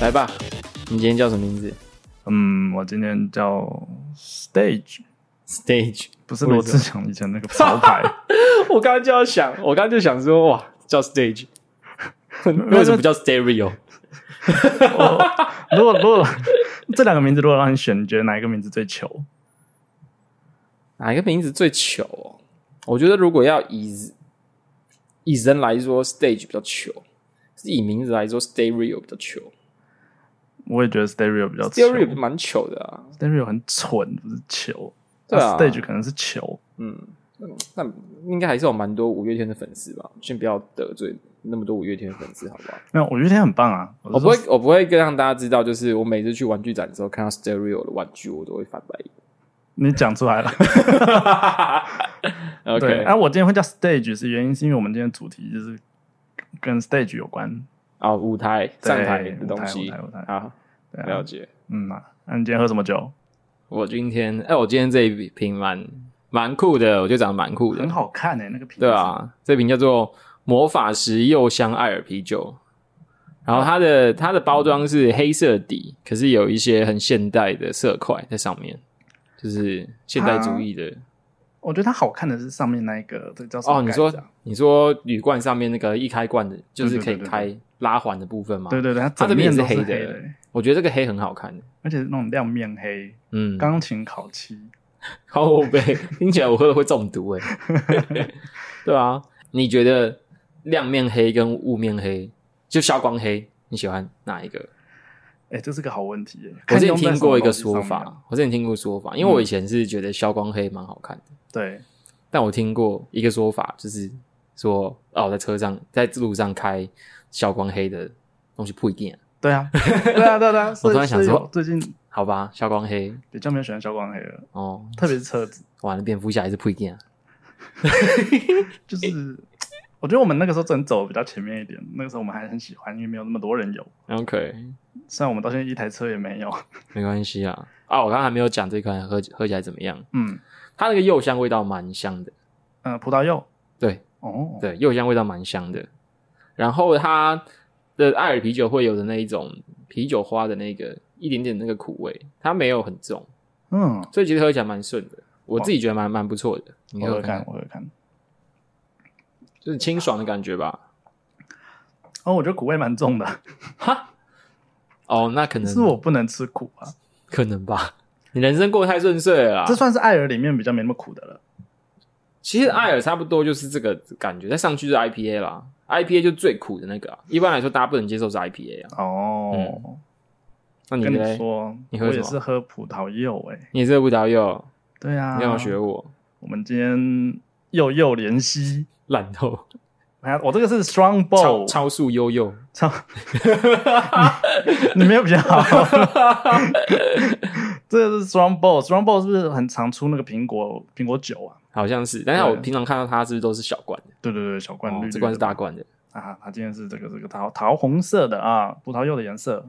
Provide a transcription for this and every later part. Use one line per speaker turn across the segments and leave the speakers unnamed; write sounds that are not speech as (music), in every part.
来吧，你今天叫什么名字
嗯，我今天叫 Stage，
？Stage，
不是罗志祥以前那个潮 (laughs) 牌，
(laughs) 我刚刚就要想，我刚刚就想说，哇，叫 Stage，为什么不叫 Stereo？哦
(laughs) 如果如果这两个名字如果让你选，你觉得哪一个名字最糗？
哪一个名字最糗、哦？我觉得如果要以以人来说，Stage 比较糗；是以名字来说，Stereo 比较糗。
我也觉得 Stereo 比较糗
Stereo 蛮糗的啊，
Stereo 很蠢，不是糗。
对啊
那，Stage 可能是糗。
那应该还是有蛮多五月天的粉丝吧？先不要得罪那么多五月天的粉丝，好不好？
没有，我觉得现在很棒啊！我
我
是
哦不
说
会，我不会让大家知道，就是我每次去玩具展的时候，看到 Stereo 的玩具，我都会翻白
你讲出来
(laughs)
了。
眼。
对，
OK，
啊，我今天会叫 Stage 是原因是因为我们今天的主题就是跟 Stage 有关，
啊，舞台
对
上台的东
舞
西
台舞台舞台
啊，
对
了
啊，
解。
嗯啊，那你今天喝什么酒？
我今天，哎、我今天这一瓶蛮蛮酷的，我觉得长得蛮酷的
很，好看欸诶、那个瓶子。
对，啊，这瓶叫做魔法石柚香艾尔啤酒，然后它的它的包装是黑色底，可是有一些很现代的色块在上面，就是现代主义的。
我觉得它好看的是上面那一个，这个叫什么、
哦，你说？你说铝罐上面那个一开罐的，就是可以
对对对对
开拉环的部分吗？
对对对，它
啊它这
整
边
面
也
都
黑
黑
的，我觉得这个黑很好看。
而且是那种亮面黑，
嗯，
钢琴烤漆。
靠
(laughs)
背，听起来我喝了会中毒哎、对啊，你觉得亮面黑跟雾面黑，就消光黑，你喜欢哪一个？
哎、这是个好问题耶、
我
看
之前
用在
听
什么
过一个
东西
说
上面啊，
法，我之前听过说法，因为我以前是觉得消光黑蛮好看的，
对，
但我听过一个说法，就是说哦，在车上在路上开消光黑的东西不一定啊、
对啊， (laughs) 对啊，
(laughs)
对啊对啊。是
突然想
是有
说
最近
好吧？消光黑
比较没有喜欢消光黑了，
哦，
特别是车子，
完了，蝙蝠侠也是不一定啊。
就是。我觉得我们那个时候真的走得比较前面一点，那个时候我们还很喜欢，因为没有那么多人有。
OK，
虽然我们到现在一台车也没有，
没关系啊。啊，我刚刚还没有讲这款喝喝起来怎么样。
嗯
它那个柚香味道蛮香的，
嗯、呃葡萄柚，
对
哦，
对，柚香味道蛮香的。然后它的艾尔啤酒会有的那一种啤酒花的那个一点点那个苦味，它没有很重，
嗯，
所以其实喝起来蛮顺的。我自己觉得蛮蛮不错的，你
我
喝
喝
喝看
看，
看，
我喝看。
就是清爽的感觉吧。
哦，我觉得苦味蛮重的，
哈，哦，那可能
是我不能吃苦啊，
可能吧。你人生过得太顺遂了啦
这。算是艾尔里面比较没那么苦的了。
其实艾尔差不多就是这个感觉，再上去就是 IPA 啦，IPA 就最苦的那个、啊。一般来说，大家不能接受是 IPA 啊。
哦，
那你
跟
嘞
你说，
你
我
喝什么
也是喝葡萄柚哎、
你也是不导游，
对啊，
你要学我
我们今天柚柚怜惜，
烂透
我看我这个是 strong
超
bow，
超速悠悠，
超 (laughs) 你你没有比
(laughs)
较好，这个是 strong bow，strong bow 是不是很常出那个苹果苹果酒啊？
好像是。但是
对
我平常看到它是不是都是小罐的？
对对对，小罐绿
哦
绿、
这罐是大罐的。
啊，它今天是这个这个桃桃红色的啊，葡萄柚的颜色，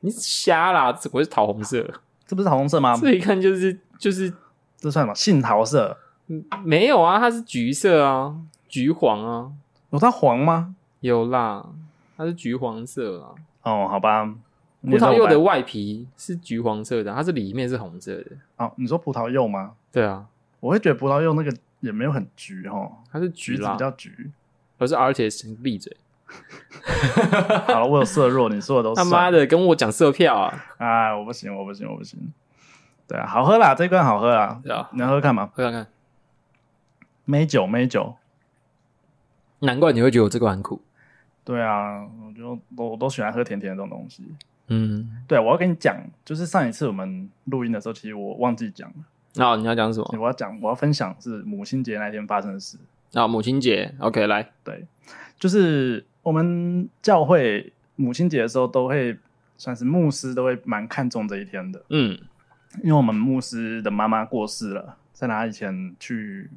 你瞎啦，这怎么会是桃红色？
这不是桃红色吗？
这一看就是就是
这算什么？杏桃色？
嗯没有啊，它是橘色啊，橘黄啊，
有它黄吗？
有啦，它是橘黄色啊。
哦，好吧，
葡萄柚
你也知道
的
我
外皮是橘黄色的，它是里面是红色的。
白哦，你说葡萄柚吗？
对啊，
我会觉得葡萄柚那个也没有很橘哦，
它是
橘
橘
子
啦
比，较橘。
我是 artist，你闭嘴！
好了，我有色弱，你说的都
(laughs) 他
是
妈的跟我讲色票啊！
啊，我不行，我不行，我不行。对啊，好喝啦，这一罐好喝啦，
对啊，
你要喝看吗？
我看看，
美酒，美酒。
难怪你会觉得我这个很苦。
对啊，我就我我都喜欢喝甜甜的这种东西。
嗯，
对，啊我要跟你讲，就是上一次我们录音的时候，其实我忘记讲了。
那、你要讲什么？
我要讲，我要分享是母亲节那天发生的事。
啊，母亲节，OK，来，
对，就是我们教会母亲节的时候，都会算是牧师都会蛮看重这一天的，
嗯，
因为我们牧师的妈妈过世了，在她以前去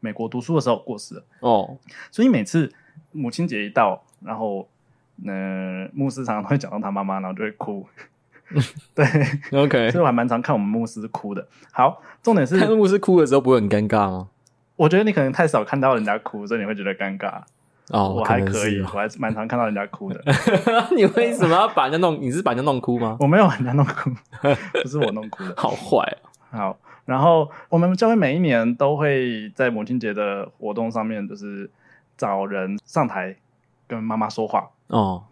美国读书的时候过世了，
哦，
所以每次母亲节一到，然后嗯、呃牧师常常会讲到他妈妈，然后就会哭。对，
OK，
所以我还蛮常看我们牧师哭的。好，重点
看
是，
牧师哭的时候不会很尴尬吗？
我觉得你可能太少看到人家哭，所以你会觉得尴尬。
哦，
我还
能
可
是
以，我
哦
还蛮常看到人家哭的。
(laughs) 你为什么要把人家弄？你是把人家弄哭吗？
我没有把人家弄哭，不是我弄哭的。
好坏
啊
哦、
好，然后我们教会每一年都会在母亲节的活动上面，就是找人上台跟妈妈说话。
哦，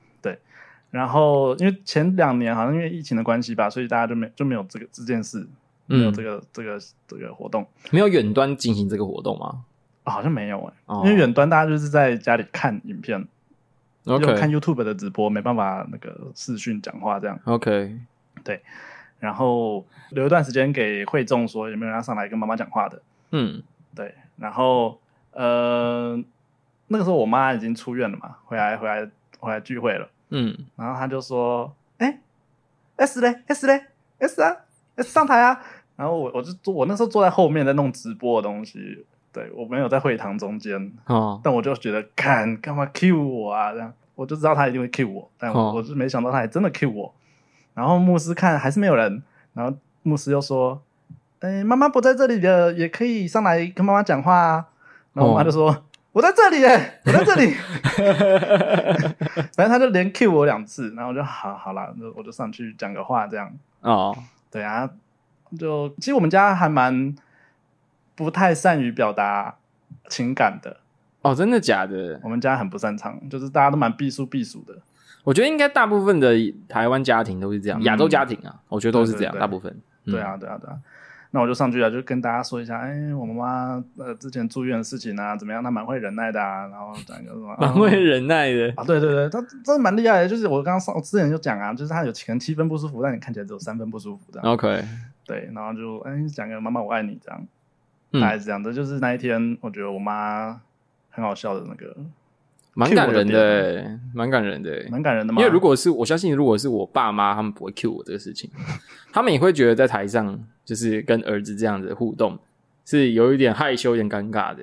然后因为前两年好像因为疫情的关系吧，所以大家就没就没有这个这件事，没有
嗯，
这个、这个这个活动、
没有远端进行这个活动吗？
哦好像没有哎、
哦
因为远端大家就是在家里看影片，就看
，OK
YouTube 的直播，没办法那个视讯讲话这样。
OK，
然后留一段时间给会众说有没有人要上来跟妈妈讲话的，
嗯
对，然后呃，那个时候我妈已经出院了嘛，回来回来回来聚会了，
嗯，
然后她就说：“哎、s 嘞 S 嘞 S 啊 S 上台啊！”然后我我就坐我那时候坐在后面在弄直播的东西，对我没有在会堂中间，
哦，
但我就觉得看干嘛 Q 我啊这样，我就知道他一定会 Q 我，但
哦
我我是没想到他还真的 Q 我。然后牧师看还是没有人，然后牧师又说：“哎，妈妈不在这里的，也可以上来跟妈妈讲话啊。”然后我妈
哦
就说：“我在这里耶，我在这
(laughs)
里。”反正他就连 Q 我两次，然后我就好好啦，那我就上去讲个话这样。
哦，
对啊，就其实我们家还蛮不太善于表达情感的，
哦，真的假的？
我们家很不擅长，就是大家都蛮避暑避暑的。
我觉得应该大部分的台湾家庭都是这样，
嗯
亚洲家庭啊，我觉得都是这
对
样，
对对
大部分。嗯
对，啊，对啊，对啊。那我就上去了，就跟大家说一下，哎，我妈妈呃之前住院的事情啊，怎么样？她蛮会忍耐的啊，然后讲一个什么，
(laughs) 蛮会
哦
忍耐的。
啊，对对对，她真的蛮厉害的。就是我刚刚上，我之前就讲啊，就是她有可能七分不舒服，但你看起来只有三分不舒服这样。
OK，
对，然后就哎讲个妈妈我爱你这样，
嗯
大概是这样。这就是那一天，我觉得我妈很好笑的那个，
蛮
Q
感
我
人
有
的
点
欸，蛮感人的欸。
蛮感人的嘛。
因为如果是我相信，如果是我爸妈，他们不会 cue 我这个事 (laughs) 情，他们也会觉得在台上就是跟儿子这样子互动是有一点害羞、有点尴尬的。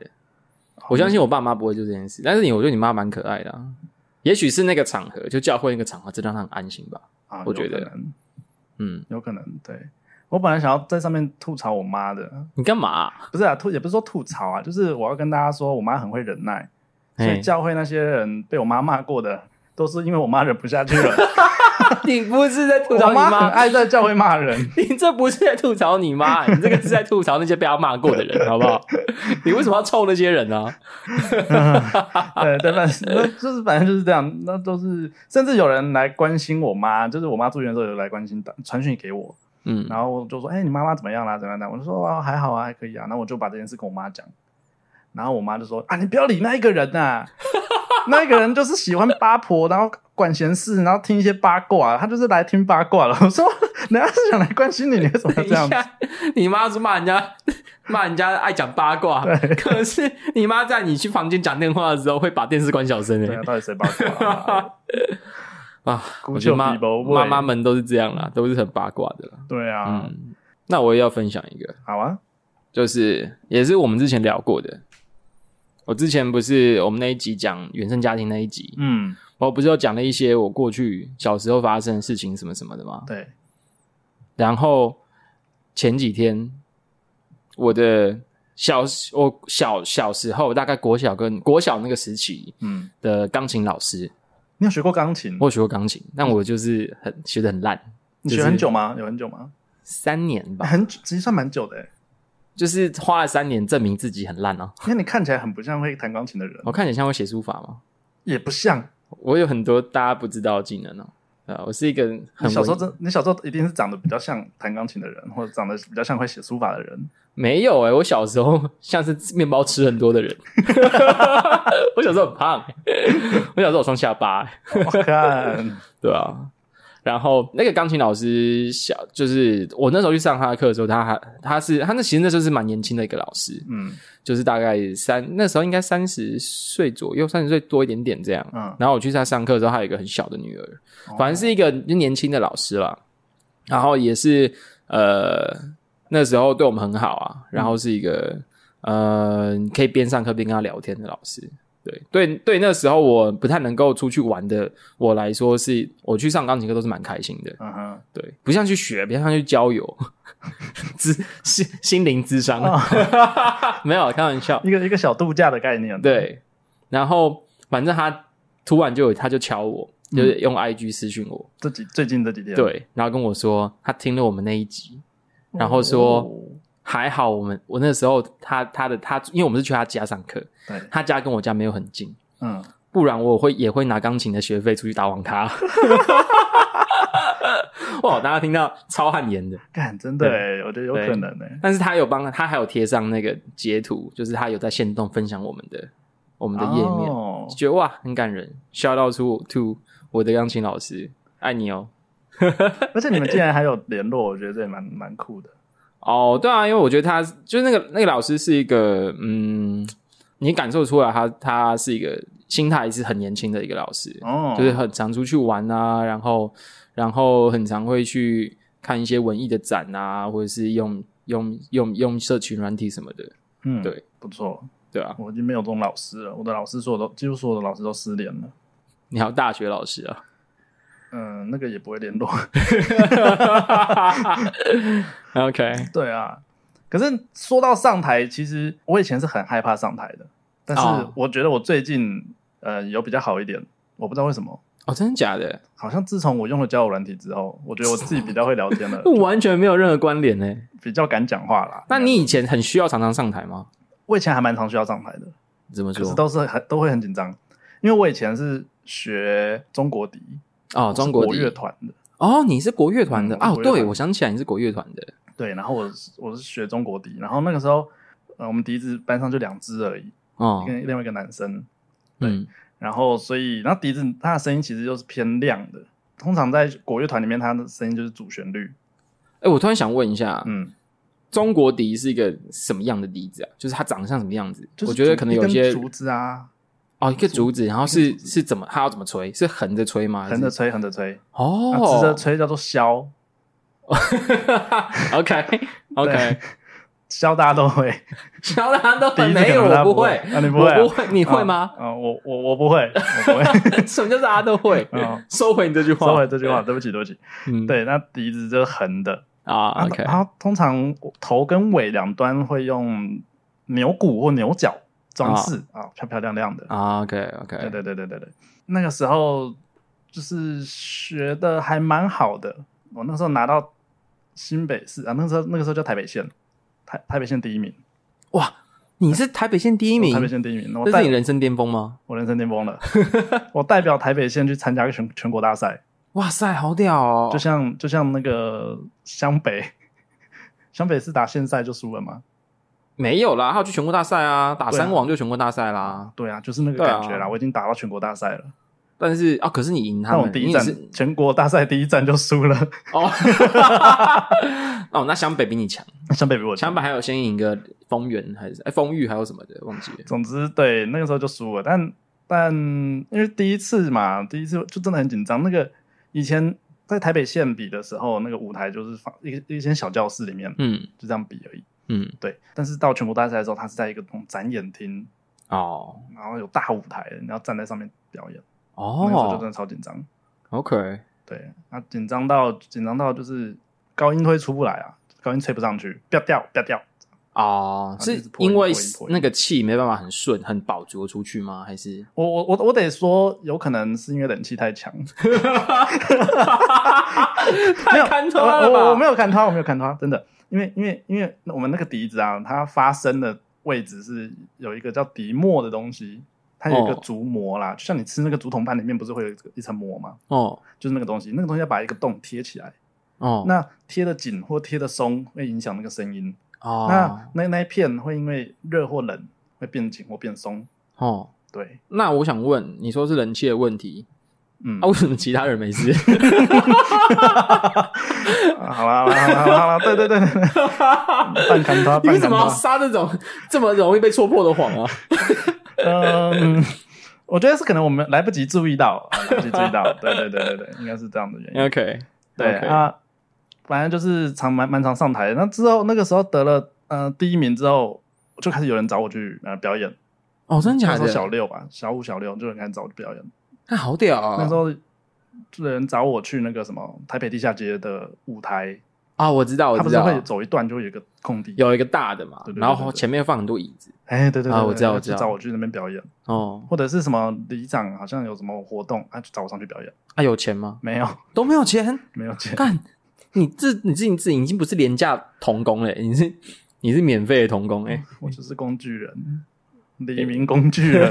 我相信我爸妈不会做这件事，但是你，我觉得你妈蛮可爱的、啊，也许是那个场合，就教会那个场合，这让他很安心吧。
啊，
我
有
觉得
可能
嗯，
有可能。对我本来想要在上面吐槽我妈的，
你干嘛啊、
不是啊，吐也不是说吐槽啊，就是我要跟大家说，我妈很会忍耐，所以
嘿
教会那些人被我妈骂过的，都是因为我妈忍不下去了。
(laughs) (laughs) 你不是在吐
我
槽你
妈很
妈？
爱在教会
(laughs)
骂人，
你这不是在吐槽你妈，你这个是在吐槽那些被他骂过的人，好不好？你为什么要臭那些人啊呢、
对对，反正那就是反正就是这样，那都是甚至有人来关心我妈，就是我妈住院的时候有来关心，传讯给我，
嗯，
然后我就说，哎、你妈妈怎么样啦？怎么样的？我就说、啊还好啊，还可以啊。然后我就把这件事跟我妈讲，然后我妈就说，啊，你不要理那一个人呐、啊， (laughs) 那一个人就是喜欢八婆，然后管闲事，然后听一些八卦，啊他就是来听八卦了。我说，人家是想来关心你，你为什么要
等一
(laughs) 这样？
下， (laughs) 你妈是骂人家， (laughs) 骂人家爱讲八卦，可是你妈在你去房间讲电话的时候，会把电视关小声欸
对啊，
诶、
到底谁八卦、啊？
(laughs) 啊，
孤
我觉得
丘
妈
比伯位
妈妈们都是这样啦，都是很八卦的啦。
对啊，
嗯，那我也要分享一个，
好啊，
就是也是我们之前聊过的。我之前不是我们那一集讲原生家庭那一集，
嗯，
我不是有讲了一些我过去小时候发生的事情什么什么的吗？
对，
然后前几天，我的小我小小时候，大概国小跟国小那个时期
嗯，
的钢琴老师，
你有学过钢琴？
我有学过钢琴，但我就是很学的很烂，
你学很久吗？有很久吗？
三年吧，
很久，其实算蛮久的、欸，
就是花了三年证明自己很烂啊。
因为你看起来很不像会弹钢琴的人，
我看起来像会写书法吗？
也不像。
我有很多大家不知道的技能哦、啊，我是一个
你
很
小时候
文
真，你小时候一定是长得比较像弹钢琴的人，或者长得比较像会写书法的人。
没有欸诶、我小时候像是面包吃很多的人， (laughs) 我小时候很胖、欸我小时候有双下巴、欸
我看，
对啊。然后那个钢琴老师小，就是我那时候去上他的课的时候，他还他是他那其实那时候是蛮年轻的一个老师，
嗯
就是大概三那时候应该三十岁左右，三十岁多一点点这样。
嗯，
然后我去他上课的时候，他有一个很小的女儿，
哦
反正是一个年轻的老师啦，然后也是呃那时候对我们很好啊，然后是一个、呃可以边上课边跟他聊天的老师。对对对，那时候我不太能够出去玩的我来说是，我去上钢琴课都是蛮开心的。
嗯哼，
对，不像去学，不像去交友， (laughs) 智心心灵智 (laughs) 商，没有开玩笑。
一个一个小度假的概念。，
对，然后反正他突然就有他就敲我，就是用 IG 私讯我，
这几最近这几天，，
对，然后跟我说他听了我们那一集，然后说
哦
还好我们我那时候他他的他，因为我们是去他家上课，
对，
他家跟我家没有很近，
嗯，
不然我会也会拿钢琴的学费出去打网咖。 (laughs) 哇，大家听到超汗颜的，
干真的欸，我觉得有可能呢。
但是他有帮他还有贴上那个截图，就是他有在线动分享我们的我们的页面，
哦
就觉得哇很感人。shout out to to 我的钢琴老师，爱你哦。
而且你们竟然还有联络，我觉得这也蛮蛮酷的。
哦，对啊，因为我觉得他就是那个那个老师是一个，嗯，你感受出来他他是一个心态是很年轻的一个老师，
哦，
就是很常出去玩啊，然后然后很常会去看一些文艺的展啊，或者是用用用用社群软体什么的，
嗯，
对，
不错。
对啊，
我已经没有这种老师了，我的老师所有都几乎所有的老师都失联了。
你还有大学老师 (laughs) 啊，
嗯，那个也不会联络。
OK，
对啊，可是说到上台，其实我以前是很害怕上台的，但是
哦
我觉得我最近呃有比较好一点，我不知道为什么。
哦，真的假的？，
好像自从我用了交友软体之后，我觉得我自己比较会聊天了
(laughs) 完全没有任何关联欸呢、
比较敢讲话啦。
那你以前很需要常常上台吗？
我以前还蛮常需要上台的，
怎么
可
说
是？都是很都会很紧张，因为我以前是学中国笛，
哦，中国
我是
笛
乐团的，
哦，你是国乐团的
嗯我是
哦，
国乐
对，
团
我想起来你是国乐团的
对，然后我是我是学中国笛，然后那个时候，呃，我们笛子班上就两只而已，
哦，
跟另外一个男生，
嗯，
然后所以，然后笛子它的声音其实就是偏亮的，通常在国乐团里面，它的声音就是主旋律，
哎，我突然想问一下，
嗯，
中国笛是一个什么样的笛子啊？就是它长得像什么样子？
就是
我觉得
竹
可能
一
有
根
些
竹子啊，
哦，一个竹子，然后是
竹子
是怎么它要怎么吹？是横着吹吗？还是
横着吹，横着吹，啊，直着
哦
吹叫做箫，
(laughs) ，OK
(laughs) 对
OK，
箫大家都会，
小兰都
(laughs) 笛
很 (laughs)
子
没
可
有，
能
我
大家
不
会
会，，
啊，你不会啊，
我不会，你会吗？ (laughs) 哦
啊，啊我我我不会，我不会，
什么叫大家都会
嗯？
收回你这句话，
收回这句话，对不起，对不起，
嗯，
对，那笛子就是横的。
啊
然后
，OK，
然后通常头跟尾两端会用牛骨或牛角装饰啊，漂漂亮亮的。
啊，OK
对
OK，
对对对对对，那个时候就是学的还蛮好的。我那时候拿到新北市啊，那时候那个时候叫台北县，台台北县第一名，
哇，你是台北县第一名
台，北县第一名。那我
这
代
是你人生巅峰吗？
我人生巅峰了，我代表台北县去参加全全国大赛，
哇塞，好屌哦！
就像就像那个湘北，湘北是打县赛就输了嘛，
没有啦，他有去全国大赛啊，打
对啊
三王就全国大赛啦。
对啊，就是那个
对啊
感觉啦。我已经打到全国大赛了，
但是啊，可是你赢他
但我
们，
第
你
一
也
站
是
全国大赛第一站就输了， (laughs)
哦，哦， (laughs) 那湘北比你强，
湘北比我强
湘。北还有先赢个丰原还是哎丰裕还有什么的忘记了。
总之，对那个时候就输了，但但因为第一次嘛，第一次就真的很紧张。那个以前在台北县比的时候，那个舞台就是放一个一间小教室里面，
嗯
就这样比而已。
嗯，
对，但是到全国大赛的时候，它是在一个那种展演厅，
哦
然后有大舞台，你要站在上面表演。那个时候就真
哦
的超紧张，
，OK，
对，那紧张到紧张到就是高音推出不来啊，高音吹不上去，不要掉，不要掉。
哦，
啊就是是破音
因为
破音破音
那个气没办法很顺很饱足出去吗？还是
我我我我得说，有可能是因为冷气太强，
(laughs)
没有
太看透
我呃我我
了
没
吧？
有看他，我没有看他，真的，因为因为因为我们那个笛子啊，它发声的位置是有一个叫笛膜的东西，它有一个
哦
竹膜啦，就像你吃那个竹筒饭里面不是会有一个一层膜吗？
哦
就是那个东西，那个东西要把一个洞贴起来，
哦，
那贴的紧或贴的松会影响那个声音，
哦
那那那一片会因为热或冷会变紧或变松，
哦，
对，
那我想问，你说是人气的问题，
嗯
(laughs) 啊，，为什么其他人没事？
啊好啦好啦好啦好啦好啦，对对对，
(laughs)
对半砍他，
(laughs) 你
半
为
砍
什么要
他，
撒这 (laughs) 种这么容易被戳破的谎啊？
嗯，我觉得是可能我们来不及注意到，啊来不及注意到，对对对对对，应该是这样的原因。
OK，
对
嗯 OK
啊，反正就是常蛮蛮常上台的。那之后那个时候得了呃第一名之后，就开始有人找我去呃表演。
哦，真的
那
假
时候
的？
小六吧，小五小六就有人开始找我去表演。
那好屌啊！
那时候就有人找我去那个什么台北地下街的舞台，
啊，我知道，我
他不
知
是
道，
会走一段就会有一个空地，
有一个大的嘛
对，对对
然后
对对
前面放很多椅子，
哎，对对对
啊
对
我知道
对
我知道
就找我去那边表演，
哦，
或者是什么里长好像有什么活动啊，就找我上去表演。
啊，有钱吗？
没有，
都没有钱，
没有钱，
干，你这你自己自己已经不是廉价童工了，你是你是免费的童工哎，
我就是工具人，黎明工具
(laughs)
人。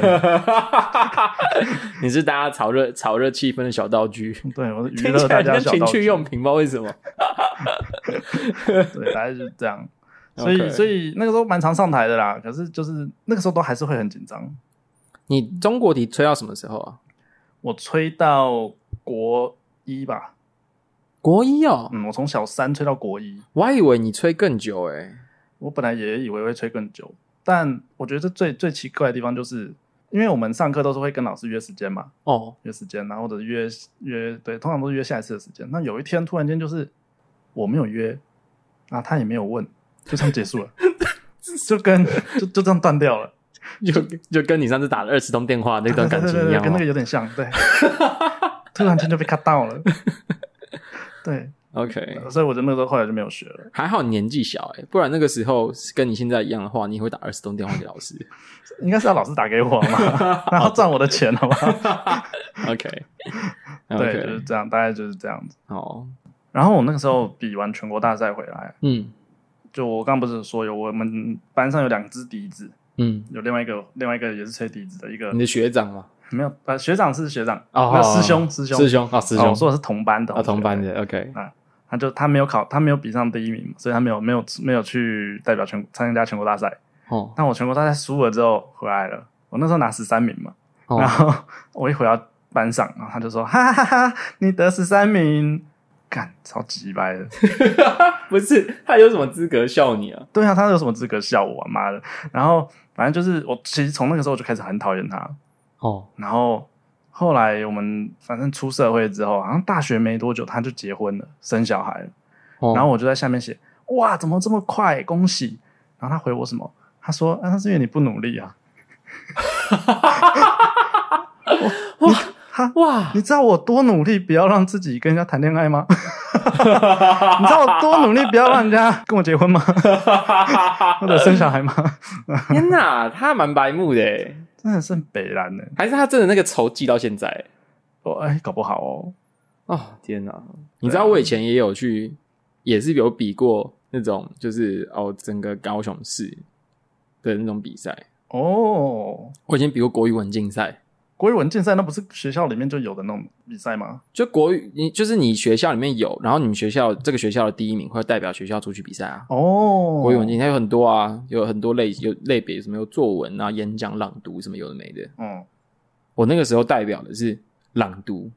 你是大家炒热炒热气氛的小道
(laughs)
具，
对，我是娱
听起
乐大
来
家
像
小道
情趣
具
用品，不知道为什么。
对，大概就是
(laughs)
这样。所以
OK
所以那个时候蛮常上台的啦，可是就是那个时候都还是会很紧张。
你中国笛吹到什么时候啊？
我吹到国一吧，
国一哦，
嗯，我从小三吹到国一，
我还以为你吹更久哎、
我本来也以为会吹更久，但我觉得这最最奇怪的地方就是，因为我们上课都是会跟老师约时间嘛，
哦，
约时间，然后或者约约对，通常都是约下一次的时间。那有一天突然间就是我没有约，啊，他也没有问，就这样结束了，就跟就就这样断掉了。
就就跟你上次打了二十通电话那段感情
对
一
对对
样、
对跟那个
哦。
有点像，对，突然间就被 cut
(laughs)
到了，对，
哦
(laughs)
OK，
所以我就那个时候后来就没有学了，
还好你年纪小哎、不然那个时候是跟你现在一样的话，你也会打二十通电话给老
(laughs)
师。
应该是要老师打给
(laughs)
我嘛，然后赚我的钱，好不好？
OK，
对，就是
OK，哦
这样，大概就是这样子。
好，
然后我那个时候比完全国大赛回来，
嗯
就我刚不是说有我们班上有两只笛子，
嗯，
有另外一个另外一个也是吹笛子的一个
你，的学长吗？
没有呃学长是学长，
哦
那师兄师兄
师兄啊，师
哦我
兄
说的是同班的
啊，同班
的。
的 OK，
他就他没有考，他没有比上第一名嘛，所以他没有没有没有去代表全参加全国大赛。 (laughs)
哦
那我全国大赛输了之后回来了，我那时候拿十三名嘛，然
哦，
后我一回到班上，然后他就说：“哈哈哈哈，你得十三名，干超级掰的。
不是他有什么资格笑你啊”？
对啊，他有什么资格笑我啊？妈的！然后反正就是我，其实从那个时候就开始很讨厌他。
哦
然后后来我们反正出社会之后，好像大学没多久他就结婚了，生小孩了。
哦，
然后我就在下面写：“哇，怎么这么快？恭喜！”然后他回我什么？他说：“啊，那是因为你不努力啊。我”哇哈！
(laughs) 哇，
你知道我多努力不要让自己跟人家谈恋
(laughs)
爱吗？你知道我多努力不要让人家跟我结婚吗？
(laughs)
或者生小孩吗？
天哪，他蛮白目的欸，
真的是很北蓝呢、
还是他真的那个仇记到现在欸？
我哎、搞不好哦。
哦，天哪！你知道我以前也有去，也是有比过那种，就是哦，整个高雄市的那种比赛。
哦，
我以前比过国语文竞赛，
国语文竞赛那不是学校里面就有的那种比赛吗？
就国语，你就是你学校里面有，然后你们学校这个学校的第一名会代表学校出去比赛啊。
哦，
国语文竞赛有很多啊，有很多类有类别，什么有作文啊、演讲、朗读什么有的没的。
嗯，
我那个时候代表的是朗读，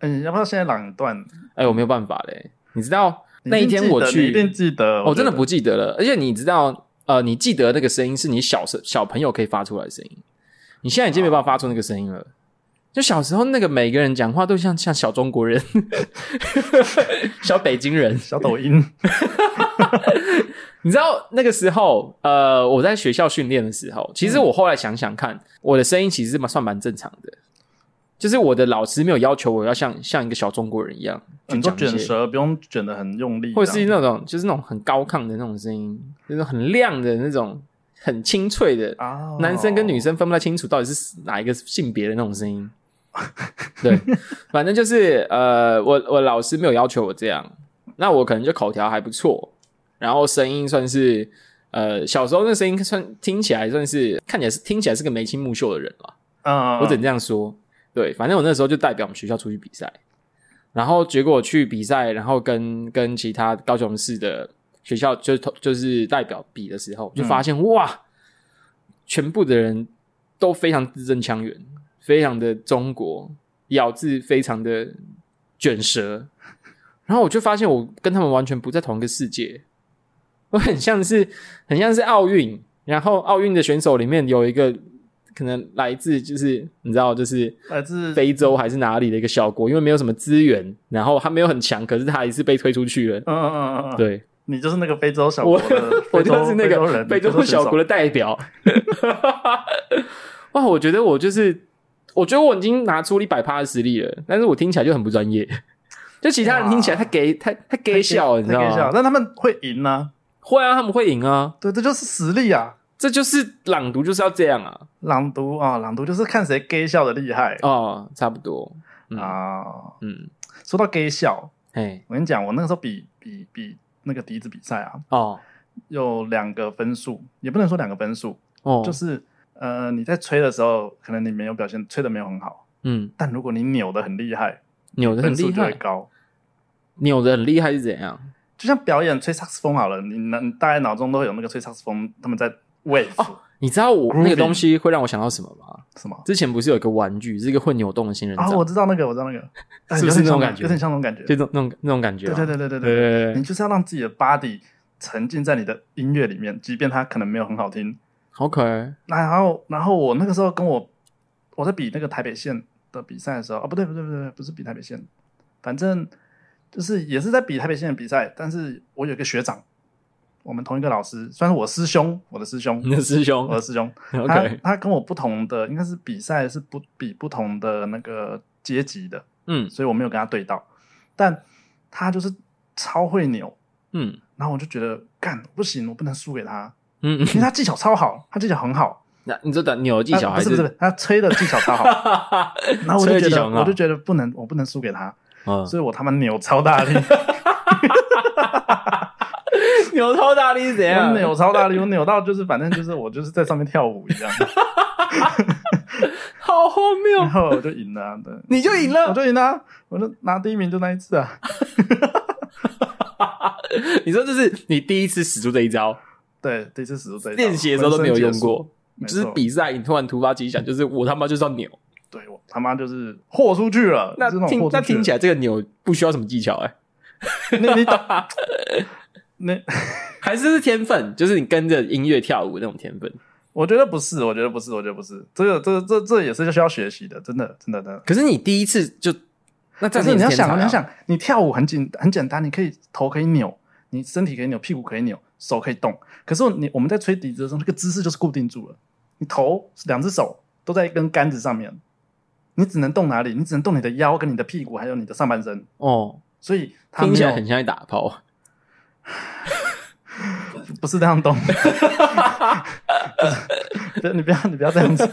哎、你要不要现在朗一段？
哎、我没有办法嘞。你知道
你
那一天
定记
我
得
去，哦
你一定记得，
我真的
觉
不记得了。而且你知道，呃，你记得那个声音是你小时小朋友可以发出来的声音，你现在已经没办法发出那个声音了。就小时候那个每个人讲话都像像小中国人， (laughs) 小北京人。
得小抖音，
你知道那个时候，呃，我在学校训练的时候，
嗯
其实我后来想想看，我的声音其实蛮算蛮正常的，就是我的老师没有要求我要像像一个小中国人一样去
你说
讲一些，
卷舌不用卷的很用力，
或者是
这样
那种就是那种很高亢的那种声音，就是很亮的那种，很清脆的，
啊，
男生跟女生分不太清楚到底是哪一个性别的那种声音。 (laughs) 对，反正就是呃，我我老师没有要求我这样，那我可能就口条还不错，然后声音算是呃，小时候那声音算听起来算是看起来是听起来是个眉清目秀的人了，
啊，
我只能这样说。对，反正我那时候就代表我们学校出去比赛，然后结果去比赛，然后跟跟其他高雄市的学校就就是代表比的时候，就发现、哇，全部的人都非常字正腔圆，非常的中国，咬字非常的卷舌，然后我就发现我跟他们完全不在同一个世界，我很像是很像是奥运，然后奥运的选手里面有一个可能来自就是你知道就是
来自
非洲还是哪里的一个小国，因为没有什么资源，然后他没有很强，可是他还是被推出去了。
嗯嗯嗯嗯嗯，，
对
你就是那个非洲小
我
国的，，
我
(laughs) 非洲
就是那
非洲
个
人
非洲
非
小国
的
的代表。 (laughs) 哇，我觉得我就是，我觉得我已经拿出一百趴的实力了，但是我听起来就很不专业。 (laughs) 就其他人听起来
哇
他给他他给笑，你知道
太搞笑
吗
了？但他们会赢呢，
会啊，他们会赢啊，
对，这就是实力啊，
这就是朗读就是要这样啊，
朗读啊、朗读就是看谁 gay 笑的厉害啊、
哦，差不多，嗯
啊
嗯，
说到 gay 笑，
哎，
我跟你讲，我那个时候比比比那个笛子比赛啊，
哦
有两个分数，也不能说两个分数，
哦，
就是呃你在吹的时候，可能你没有表现，吹的没有很好，
嗯，
但如果你扭的很厉害，
扭的很
分
厉
数就会
害，
高。
扭的很厉害是怎样？
就像表演吹萨克斯风好了，你脑你大概脑中都会有那个吹萨克斯风他们
哦
在 wave、
你知道我
Grooving
那个东西会让我想到什么吗？
什么
之前不是有一个玩具，是一个会扭动的仙人
啊？
掌，
我知道那个，我知道那个，哎
是不
有
是
点
那种
像
感觉
有点像那种感觉。
就那种那种那种感觉
对
嘛，
对对对对
对
对，
对
你
对，
就是要让自己的 body 沉浸在你的音乐里面，即便它可能没有很好听。
好可爱，
然后，然后我那个时候跟我我在比那个台北县的比赛的时候，啊，不对不对不对，不是比台北县，反正就是也是在比台北县的比赛，但是我有一个学长，我们同一个老师，算是我师兄，我的师兄
你，的师兄
我的师兄，他
，OK，
他跟我不同的，应该是比赛是不比不同的那个阶级的，
嗯
所以我没有跟他对到，但他就是超会扭，
嗯
然后我就觉得干不行，我不能输给他，
嗯嗯，
因为他技巧超好，他技巧很好，
那你这打扭技巧
啊
还
不是不是不是，他吹的技巧
(laughs)
超好，
哈哈，
然后我就
吹的
觉
技巧
得
很好
我就觉得不能，我不能输给他，
(laughs) 嗯，
所以我他妈扭超
(laughs)
大力，
扭头大力是怎
(laughs) 我
样？
扭超大力，我扭到就是反正就是我就是在上面跳舞一
(laughs)
样，
好荒
然
谬，
后我就赢了啊，对。
你就赢
我
了。
就赢了啊、我就拿第一名就那一次啊，
你说这是你第一次使出这一招，
对，第一次使出这一招
练习的时候都没有用，过，
浑
就
身解数
是比赛你突然突发奇想，就是我他妈就是要扭。
没错对我他妈就是豁出去了，
那
就是那种
听
豁出
那
去 (laughs)
听起来这个扭不需要什么技巧哎、
来，你你懂？ (laughs) 那
还是是天分，就是你跟着音乐跳舞那种天分。
我觉得不是，我觉得不是，我觉得不是，这个这个这这也是需要学习的，真的真的真的。
可是你第一次就，那这
但
样
是你要
天才啊
想，你要，想，你跳舞很简很简单，你可以头可以扭，你身体可以扭，屁股可以扭，手可以动。可是你我们在吹笛子的时候，那个姿势就是固定住了，你头两只手都在一根杆子上面，你只能动哪里？你只能动你的腰、跟你的屁股，还有你的上半身。
哦，
所以它
听
没
起
有
来很像在打炮。 (laughs)
不是这样
(laughs)
动，不是，你不要你不要
(laughs)
这样子，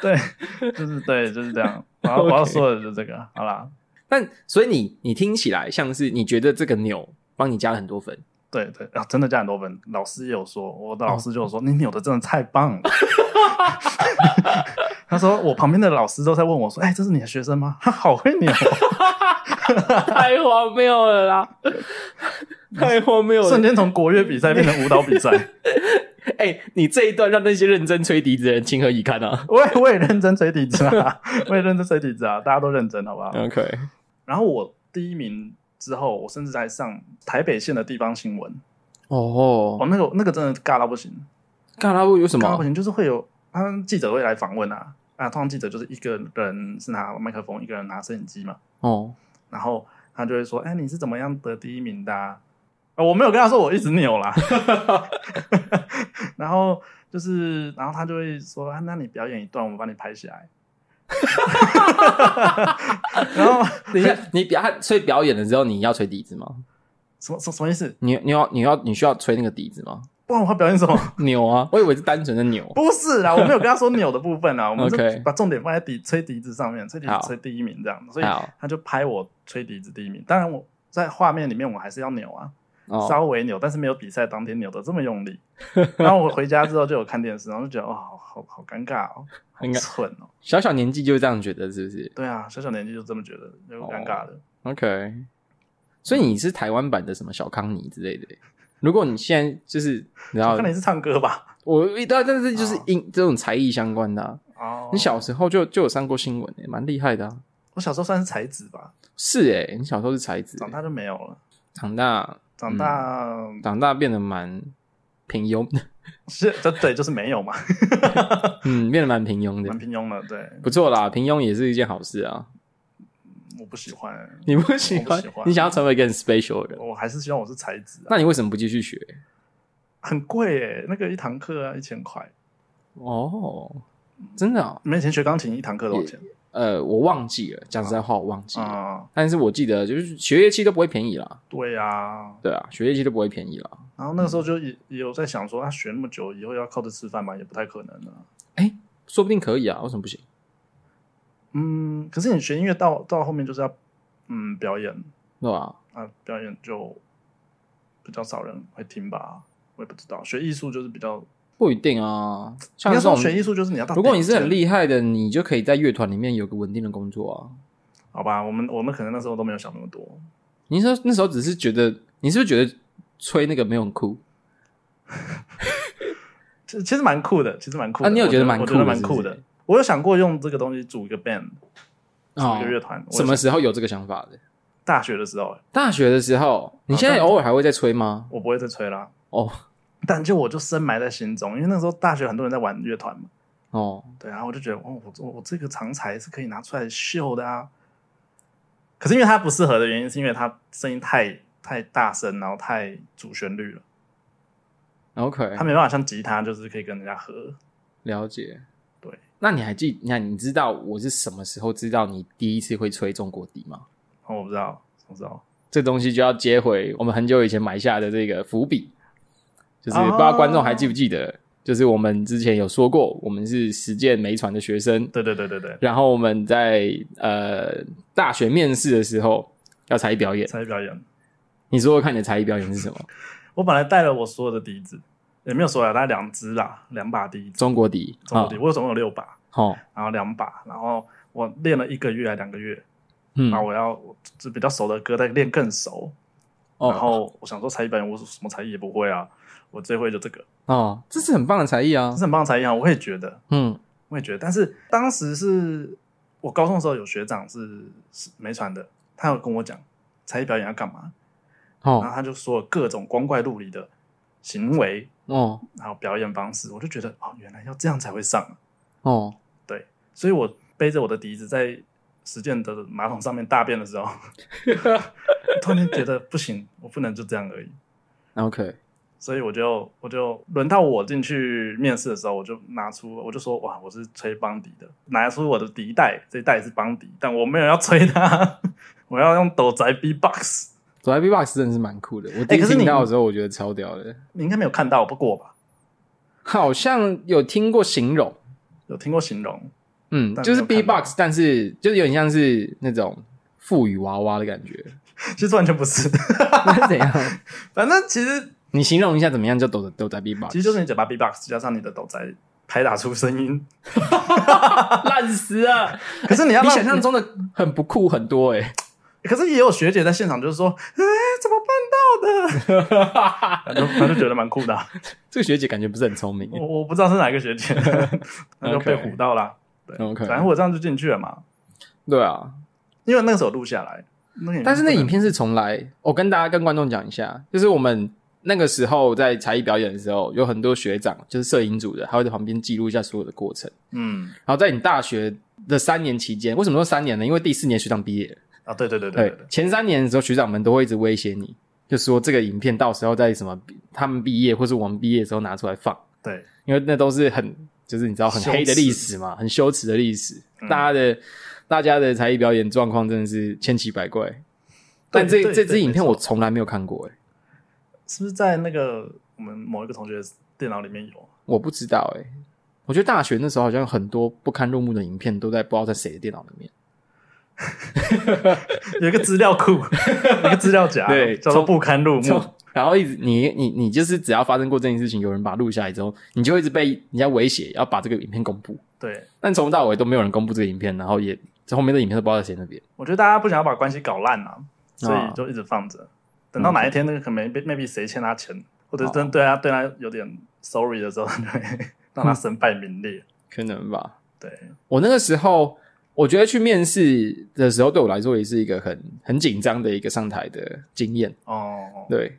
对，就是对就是这样。我要
OK
我要说的就是这个，好啦，
但所以你你听起来像是你觉得这个扭帮你加了很多分，
(laughs) 对对啊，真的加很多分。老师也有说，我的老
嗯
师就有说，你扭的真的太棒了。 (laughs) 他说我旁边的老师都在问我说，哎、这是你的学生吗？他好会
(laughs)
扭哦，
太荒谬了
(laughs)
啦！太荒谬
瞬
了！
间从国乐比赛变成舞蹈比赛。
(laughs) 哎、你这一段让那些认真吹笛子的人情何以堪啊
我也我也认真吹笛子啊，我也认真吹笛子啊，大家都认真好不好？
！OK，
然后我第一名之后，我甚至还上台北县的地方新闻。
哦
哦，，那个那个真的尬到不行，
卡拉布有什
尬到不
么？啊
行，就是会有他们记者会来访问啊啊，通常记者就是一个人是拿麦克风，一个人拿摄影机嘛，
哦，
然后他就会说：“哎，你是怎么样得第一名的、啊？”呃我没有跟他说我一直扭啦， (laughs) 然后就是，然后他就会说：“啊，那你表演一段，我们帮你拍起来。”然后
等一下，你表他所以表演的时候你要吹笛子吗？
什么什么什么意思？
你你要你要你需要吹那个笛子吗？
不然我要表演什么？
扭啊！我以为是单纯的扭。
不是啦，我没有跟他说扭的部分啊啦，我们
OK
是把重点放在笛吹笛子上面，吹笛子
好
吹第一名这样，所以
好
他就拍我吹笛子第一名。当然我在画面里面我还是要扭啊，
哦，
稍微扭，但是没有比赛当天扭的这么用力。 (laughs) 然后我回家之后就有看电视，然后就觉得哦，好好好尴尬哦，好
应该
蠢哦。
小小年纪就这样觉得是不是
对啊，小小年纪就这么觉得，有尴尬的。
？OK，所以你是台湾版的什么小康尼之类的？如果你现在就是，然
我
后
看你是唱歌吧？
我一但但是就是
哦
音这种才艺相关的啊、
哦，
你小时候就就有上过新闻、欸，蛮厉害的、啊。
我小时候算是才子吧，
是哎、你小时候是才子欸、
长大就没有了。
长大
长大、
长大变得蛮平庸 (laughs) 的，
是对对，就是没有嘛， (laughs)
嗯，变得蛮平庸
蛮
的，
平庸的。对，
不错啦，平庸也是一件好事啊。
我不喜欢、
你不喜
我
欢，
不喜欢
你想要成为一个很 special 的人，
我还是希望我是才子啊，
那你为什么不继续学？
很贵诶、那个一堂课啊一千块，
哦，真的、哦，
你们以前学钢琴一堂课多少钱
呃，我忘记了，讲实在话，我忘记了。
啊？
但是我记得就是学乐器都不会便宜啦，
对呀，
对啊，学乐器都不会便宜啦。
然后
嗯
那个时候就也也有在想说，啊，学那么久以后要靠这吃饭嘛，也不太可能啊了。
说不定可以啊，为什么不行？
嗯，可是你学音乐到到后面就是要嗯表演
对吧、
啊，表演就比较少人会听吧，我也不知道。学艺术就是比较，
不一定啊，
应
像
该
这
说
种，
学艺术就是你要到，
如果你是很，厉害的，你就可以在乐团里面有个稳定的工作啊。
好吧，我们我们可能那时候都没有想那么多，
你说那时候只是觉得，你是不是觉得吹那个没有很酷？
其其实蛮酷的，其实蛮酷的。
啊你有
我
觉
觉
得蛮
我
酷
得
的
蛮
是不
酷
是
的。我有想过用这个东西组一个 band，组
啊
一个乐团。我
什么时候有这个想法的？
大学的时候，
大学的时候，你现在
当然
偶尔还会再吹吗？
我不会再吹啦，
哦
但就我就深埋在心中，因为那时候大学很多人在玩乐团嘛，
哦，
对，然后我就觉得，哦，我我我这个长才是可以拿出来秀的啊。可是因为它不适合的原因，是因为它声音太太大声，然后太主旋律了，
OK，
它没办法像吉他就是可以跟人家合。
了解。
对，
那你还记？你看，你知道我是什么时候知道你第一次会吹中国笛吗？
哦，我不知道，我不知道，
这东西就要接回我们很久以前埋下的这个伏笔，就是
哦
不知道观众还记不记得，就是我们之前有说过，我们是实践美传的学生，
对对对对对，
然后我们在呃大学面试的时候要才艺表演，
才艺表演。
你说说看你的才艺表演是什么？
我本来带了我所有的笛子，也没有所有，大概两支啦，两把笛子，
中国笛，
中国笛，我总共有六把，
好、哦，
然后两把，然后我练了一个月还两个月，
嗯，
然后我要我就比较熟的歌再练更熟，
哦，
然后我想说才艺表演我什么才艺也不会啊，我最会就这个，
哦，这是很棒的才艺啊
这，是很棒的才艺啊，我也觉得，
嗯，
我也觉得，但是当时是我高中的时候有学长是是没传的，他有跟我讲才艺表演要干嘛，然
哦
后他就说了各种光怪陆离的行为，
哦
然后表演方式，我就觉得哦，原来要这样才会上啊。
哦，
所以我背着我的笛子在实践的马桶上面大便的时候， (laughs) 突然间觉得不行，我不能就这样而已。
OK，
所以我就我就轮到我进去面试的时候，我就拿出我就说哇，我是吹邦迪的，拿出我的笛带，这一带是邦迪，但我没有要吹它， (laughs) 我要用斗宅 B box。
走在 B-box 真的是蛮酷的，我第一
哎可是
次
你
听到的时候，我觉得超屌的，
你应该没有看到，不过吧，
好像有听过形容。
有听过形容
嗯，
但
就
没
是
有看到
B-box，但是就是有点像是那种赋予娃娃的感觉，
其实完全不是，
那是怎样？
(laughs)
(laughs)
反正其实
你形容一下怎么样叫抖抖在
其
B-box？
实就是你嘴巴 B box 加上你的斗宅拍打出声音，
(laughs) 烂死了，
可是你要
比
让
哎想象中的很不酷很多哎、
可是也有学姐在现场就是说，哎、怎么办
(laughs) 欸。
到的？然后就觉得蛮酷的啊、
这个学姐感觉不是很聪明欸、
我我不知道是哪个学姐， (laughs) 那就被唬到啦。
OK
反正我这样就进去了嘛，
对啊，
因为那个时候录下来，那个
但是那影
影
片是重来。我跟大家跟观众讲一下，就是我们那个时候在才艺表演的时候，有很多学长就是摄影组的，他会在旁边记录一下所有的过程。
嗯
然后在你大学的三年期间，为什么说三年呢？因为第四年学长毕业了。
啊，对对对对
对
对对，
前三年的时候，学长们都会一直威胁你，就说这个影片到时候在什么他们毕业或是我们毕业的时候拿出来放，
对，
因为那都是很就是你知道很
羞耻
黑的历史嘛，很羞耻的历史。
嗯
大家的大家的才艺表演状况真的是千奇百怪。但这
对
这
对
支影片
没错
我从来没有看过、欸，
是不是在那个我们某一个同学的电脑里面有？
我不知道、欸，我觉得大学那时候好像很多不堪入目的影片都在不知道在谁的电脑里面。
有一个资料
(laughs)
库，有一个资料夹，
对
叫做
从
不堪入目。
(laughs) 然后一直你你你就是只要发生过这件事情，有人把它录下来之后，你就一直被人家威胁要把这个影片公布，
对，
但从头到尾都没有人公布这个影片，然后也这后面的影片都不知道在谁那边。
我觉得大家不想要把关系搞烂啊，所
啊
以就一直放着，等到哪一天那个可能 maybe maybe 谁欠他钱，或者
啊
真的对他对他有点 sorry 的时候， (laughs) 他就会让他身败名裂。
可能吧。
对，
我那个时候，我觉得去面试的时候，对我来说也是一个很很紧张的一个上台的经验。
哦，
对，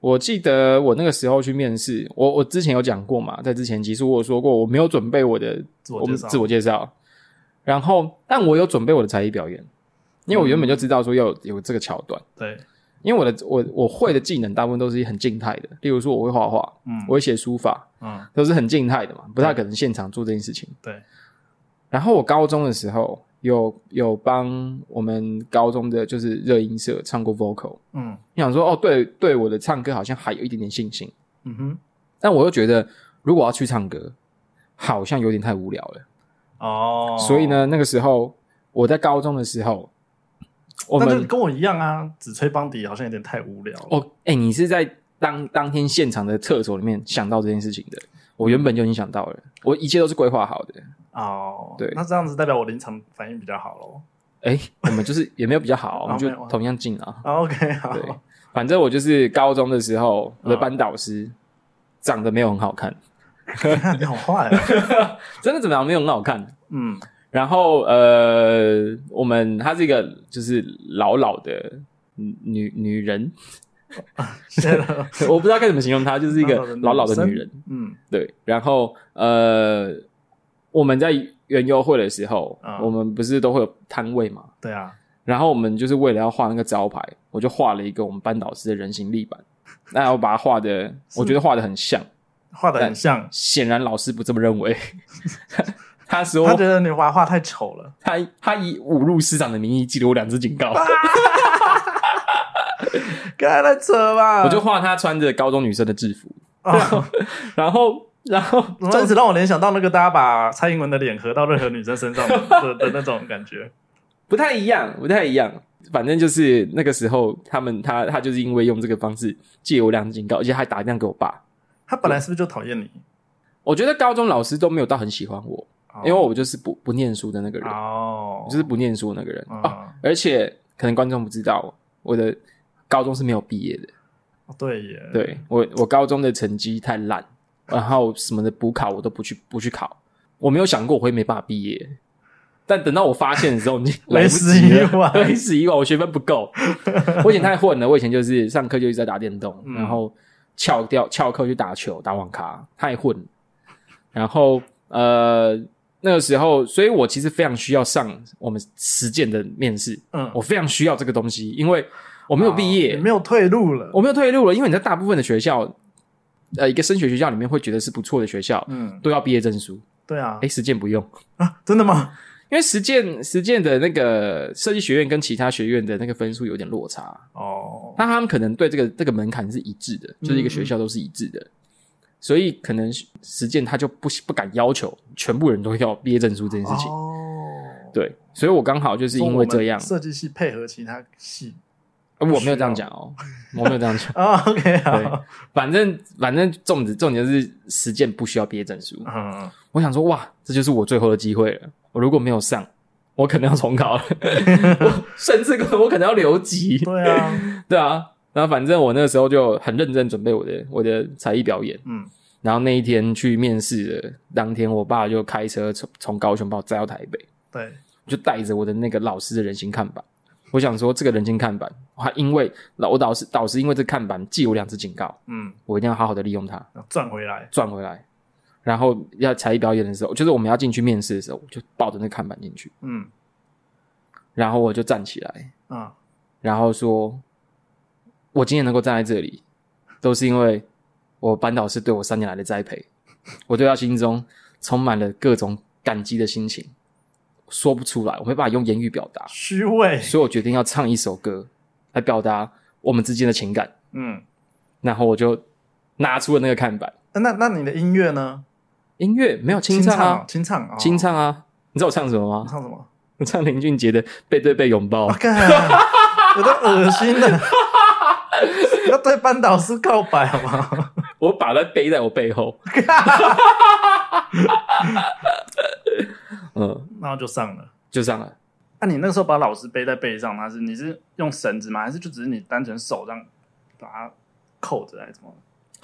我记得我那个时候去面试，我我之前有讲过嘛，在之前其实我有说过，我没有准备我的
自我介绍
自我介绍，然后但我有准备我的才艺表演，因为我原本就知道说要有有这个桥段，
对，
因为我的我我会的技能大部分都是很静态的，例如说我会画画，
嗯，
我会写书法，
嗯
都是很静态的嘛，不太可能现场做这件事情。
对，
然后我高中的时候有有帮我们高中的就是热音社唱过 vocal，
嗯
你想说哦，对对，我的唱歌好像还有一点点信心，
嗯哼，
但我又觉得如果要去唱歌，好像有点太无聊了。
哦，
所以，呢，那个时候我在高中的时候，我
那就
们
跟我一样啊，只吹邦迪好像有点太无聊了。
哦，哎、你是在当当天现场的厕所里面想到这件事情的。我原本就已经想到了，我一切都是规划好的。
哦，
对
那这样子代表我临场反应比较好
(laughs)
喽。
哎、我们就是 (laughs) 也没有比较好，我们就
没有啊
同样进啊。
啊 OK，好，
对，反正我就是高中的时候，
啊
我的班导师长得没有很好看，
(laughs) 你好坏啊，
真的怎么样没有很好看。
嗯
然后呃，我们她是一个就是老老的女女人， (laughs)
谢了，
我不知道该怎么形容她，就是一个老
老
老
老的女
的女人。
嗯
对，然后呃，我们在园游会的时候，
嗯
我们不是都会有摊位嘛？
对啊，
然后我们就是为了要画那个招牌，我就画了一个我们班导师的人形立板，那我把它画的，我觉得画的很像。
画的很像，
显然老师不这么认为， (laughs) 他说
他觉得你画画太丑了，
他他以侮辱师长的名义记了我两次警告，
该来扯吧，
我就画他穿着高中女生的制服，
啊，
然后然后
暂时让我联想到那个大家把蔡英文的脸合到任何女生身上的的的那种感觉。
不太一样，不太一样。反正就是那个时候，他们他他就是因为用这个方式借我两次警告，而且还打电话给我爸。
他本来是不是就讨厌你？
我觉得高中老师都没有到很喜欢我，
哦
因为我就是不不念书的那个人，
哦
我，就是不念书的那个人、
嗯
啊。而且可能观众不知道，我的高中是没有毕业的，
哦对耶，
对我，我高中的成绩太烂，然后什么的补考我都不去不去考，我没有想过我会没办法毕业。但等到我发现的时候，你来
为
不
时
及
已
了 (laughs)
晚
为时已晚，我学分不够，我以前太混了，我以前就是上课就一直在打电动，
嗯
然后翘掉翘课去打球、打网咖，太混了。然后呃，那个时候，所以我其实非常需要上我们实践的面试，
嗯
我非常需要这个东西，因为我没有毕业，
哦你没有退路了。
我没有退路了，因为你在大部分的学校，呃，一个升学学校里面会觉得是不错的学校，
嗯，
都要毕业证书。
对啊
哎，，实践不用，
啊，真
(laughs)
的吗？
因为实践实践的那个设计学院跟其他学院的那个分数有点落差，
哦，
那他们可能对这个这个门槛是一致的，就是一个学校都是一致的，所以可能实践他就不不敢要求全部人都要毕业证书这件事情。
哦，
对，所以我刚好就是因为这样，
设计系配合其他系，
呃我没有这样讲哦，我没有这样讲
啊，OK
对
啊，，
反正反正重点重点是实践不需要毕业证书， (laughs)
嗯，
我想说，哇，这就是我最后的机会了。我如果没有上，我可能要重考了， (laughs) 我甚至可能我可能要留级。
对啊，
对啊，然后反正我那个时候就很认真准备我的我的才艺表演。
嗯，
然后那一天去面试的当天，我爸就开车从从高雄把我载到台北，
对，
就带着我的那个老师的人形看板。我想说，这个人形看板，我还因为老我导师导师因为这个看板记我两次警告，
嗯，
我一定要好好的利用它。
然后转回来，
转回来，然后要才艺表演的时候，就是我们要进去面试的时候，我就抱着那看板进去，
嗯
然后我就站起来，
啊，
然后说：“我今天能够站在这里，都是因为我班导师对我三年来的栽培， (laughs) 我对他心中充满了各种感激的心情，说不出来，我没办法用言语表达，
虚伪，
所以我决定要唱一首歌来表达我们之间的情感。”
嗯，
然后我就拿出了那个看板，
那那你的音乐呢？
音乐没有清唱啊，
清唱哦，
清唱啊，你知道我唱什么吗
你？唱什么？
(laughs) 我唱林俊杰的《背对背拥抱
(laughs) 我》，干，有点恶
(laughs)
心的。要对班导师告白好不好？ (laughs)
我把它背在我背后。嗯，
然后就上了。
就这样了。
那、你那时候把老师背在背上，他是你是用绳子吗？还是就只是你单纯手这样把它扣着，还是怎么？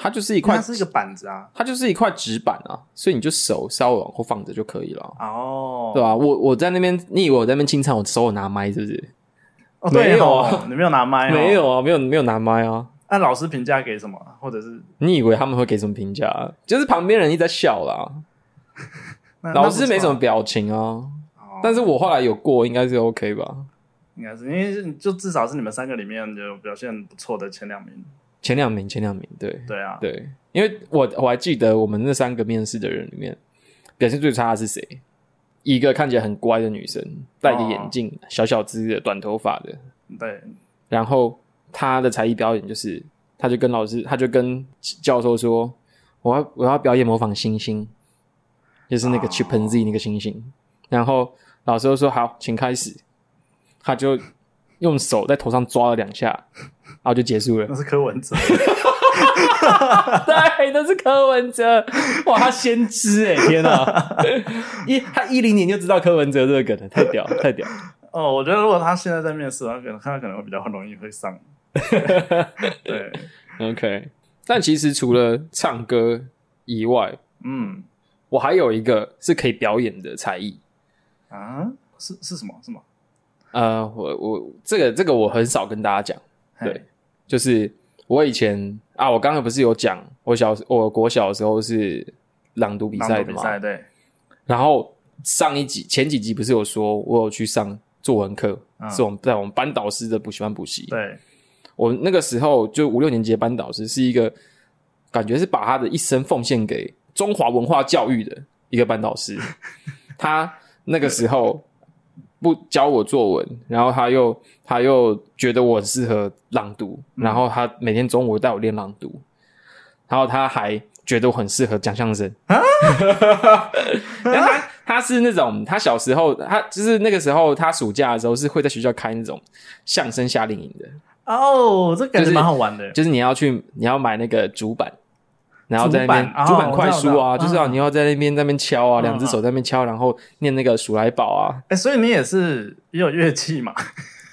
它就是一
因为
块
它，是一个板子啊。
它就是一块纸板啊，所以你就手稍微往后放着就可以了，
哦，
对吧、啊我我在那边，你以为我在那边清唱，我手有拿麦是不是？
哦对
没有
哦
啊，
你没有拿麦、哦，
没。有啊，没有没有拿麦啊。
那、老师评价给什么？或者是
你以为他们会给什么评价啊？就是旁边人一直在笑啦，
那
老师没什，
那
么
不
表情啊。
错哦
但是我后来有过，应该是 OK 吧？
应该是因为是就至少是你们三个里面有表现不错的前两名。
前两名，前两名，对
对啊，
对，因为我我还记得我们那三个面试的人里面，表现最差的是谁？一个看起来很乖的女生，戴着眼镜，小小只的，短头发的，
对，
然后她的才艺表演就是，她就跟老师，她就跟教授说，我要我要表演模仿星星，就是那个
哦
chimpanzee 那个猩猩，然后老师就说好，请开始，她就用手在头上抓了两下，然后就结束了
那。是柯文哲， (laughs)
对，那是柯文哲， (laughs) 哇，他先知哎、天哪！一他一零年就知道柯文哲这个梗了，太屌了，太屌了！
哦，我觉得如果他现在在面试，他可能他可能会比较容易会
(laughs)
上。对，
OK，但其实除了唱歌以外，
嗯
我还有一个是可以表演的才艺。
啊，是是什么？是吗？
呃，我我这个这个我很少跟大家讲，
嘿
对，就是我以前啊，我刚刚不是有讲，我小我国小的时候是朗读比
朗
赛
读
的
比
嘛，
赛对，
然后上一集前几集不是有说我有去上作文课，
嗯
是我们在我们班导师的补习班补习。
对，
我那个时候就五六年级的班导师是一个感觉是把他的一生奉献给中华文化教育的一个班导师。他那个时候不教我作文，然后他又他又觉得我很适合朗读，然后他每天中午带我练朗读，然后他还觉得我很适合讲相声。 (laughs) 然后他他是那种他小时候他就是那个时候他暑假的时候是会在学校开那种相声夏令营的，
哦，这感
就
觉
是
蛮好玩的。
就是你要去，你要买那个竹板，然后在那边
竹板哦
竹板快书啊，
我知道
就是要
嗯
你要在那边在那边敲啊，
嗯
两只手在那边敲，然后念那个数来宝啊，
哎，所以你也是也有乐器嘛？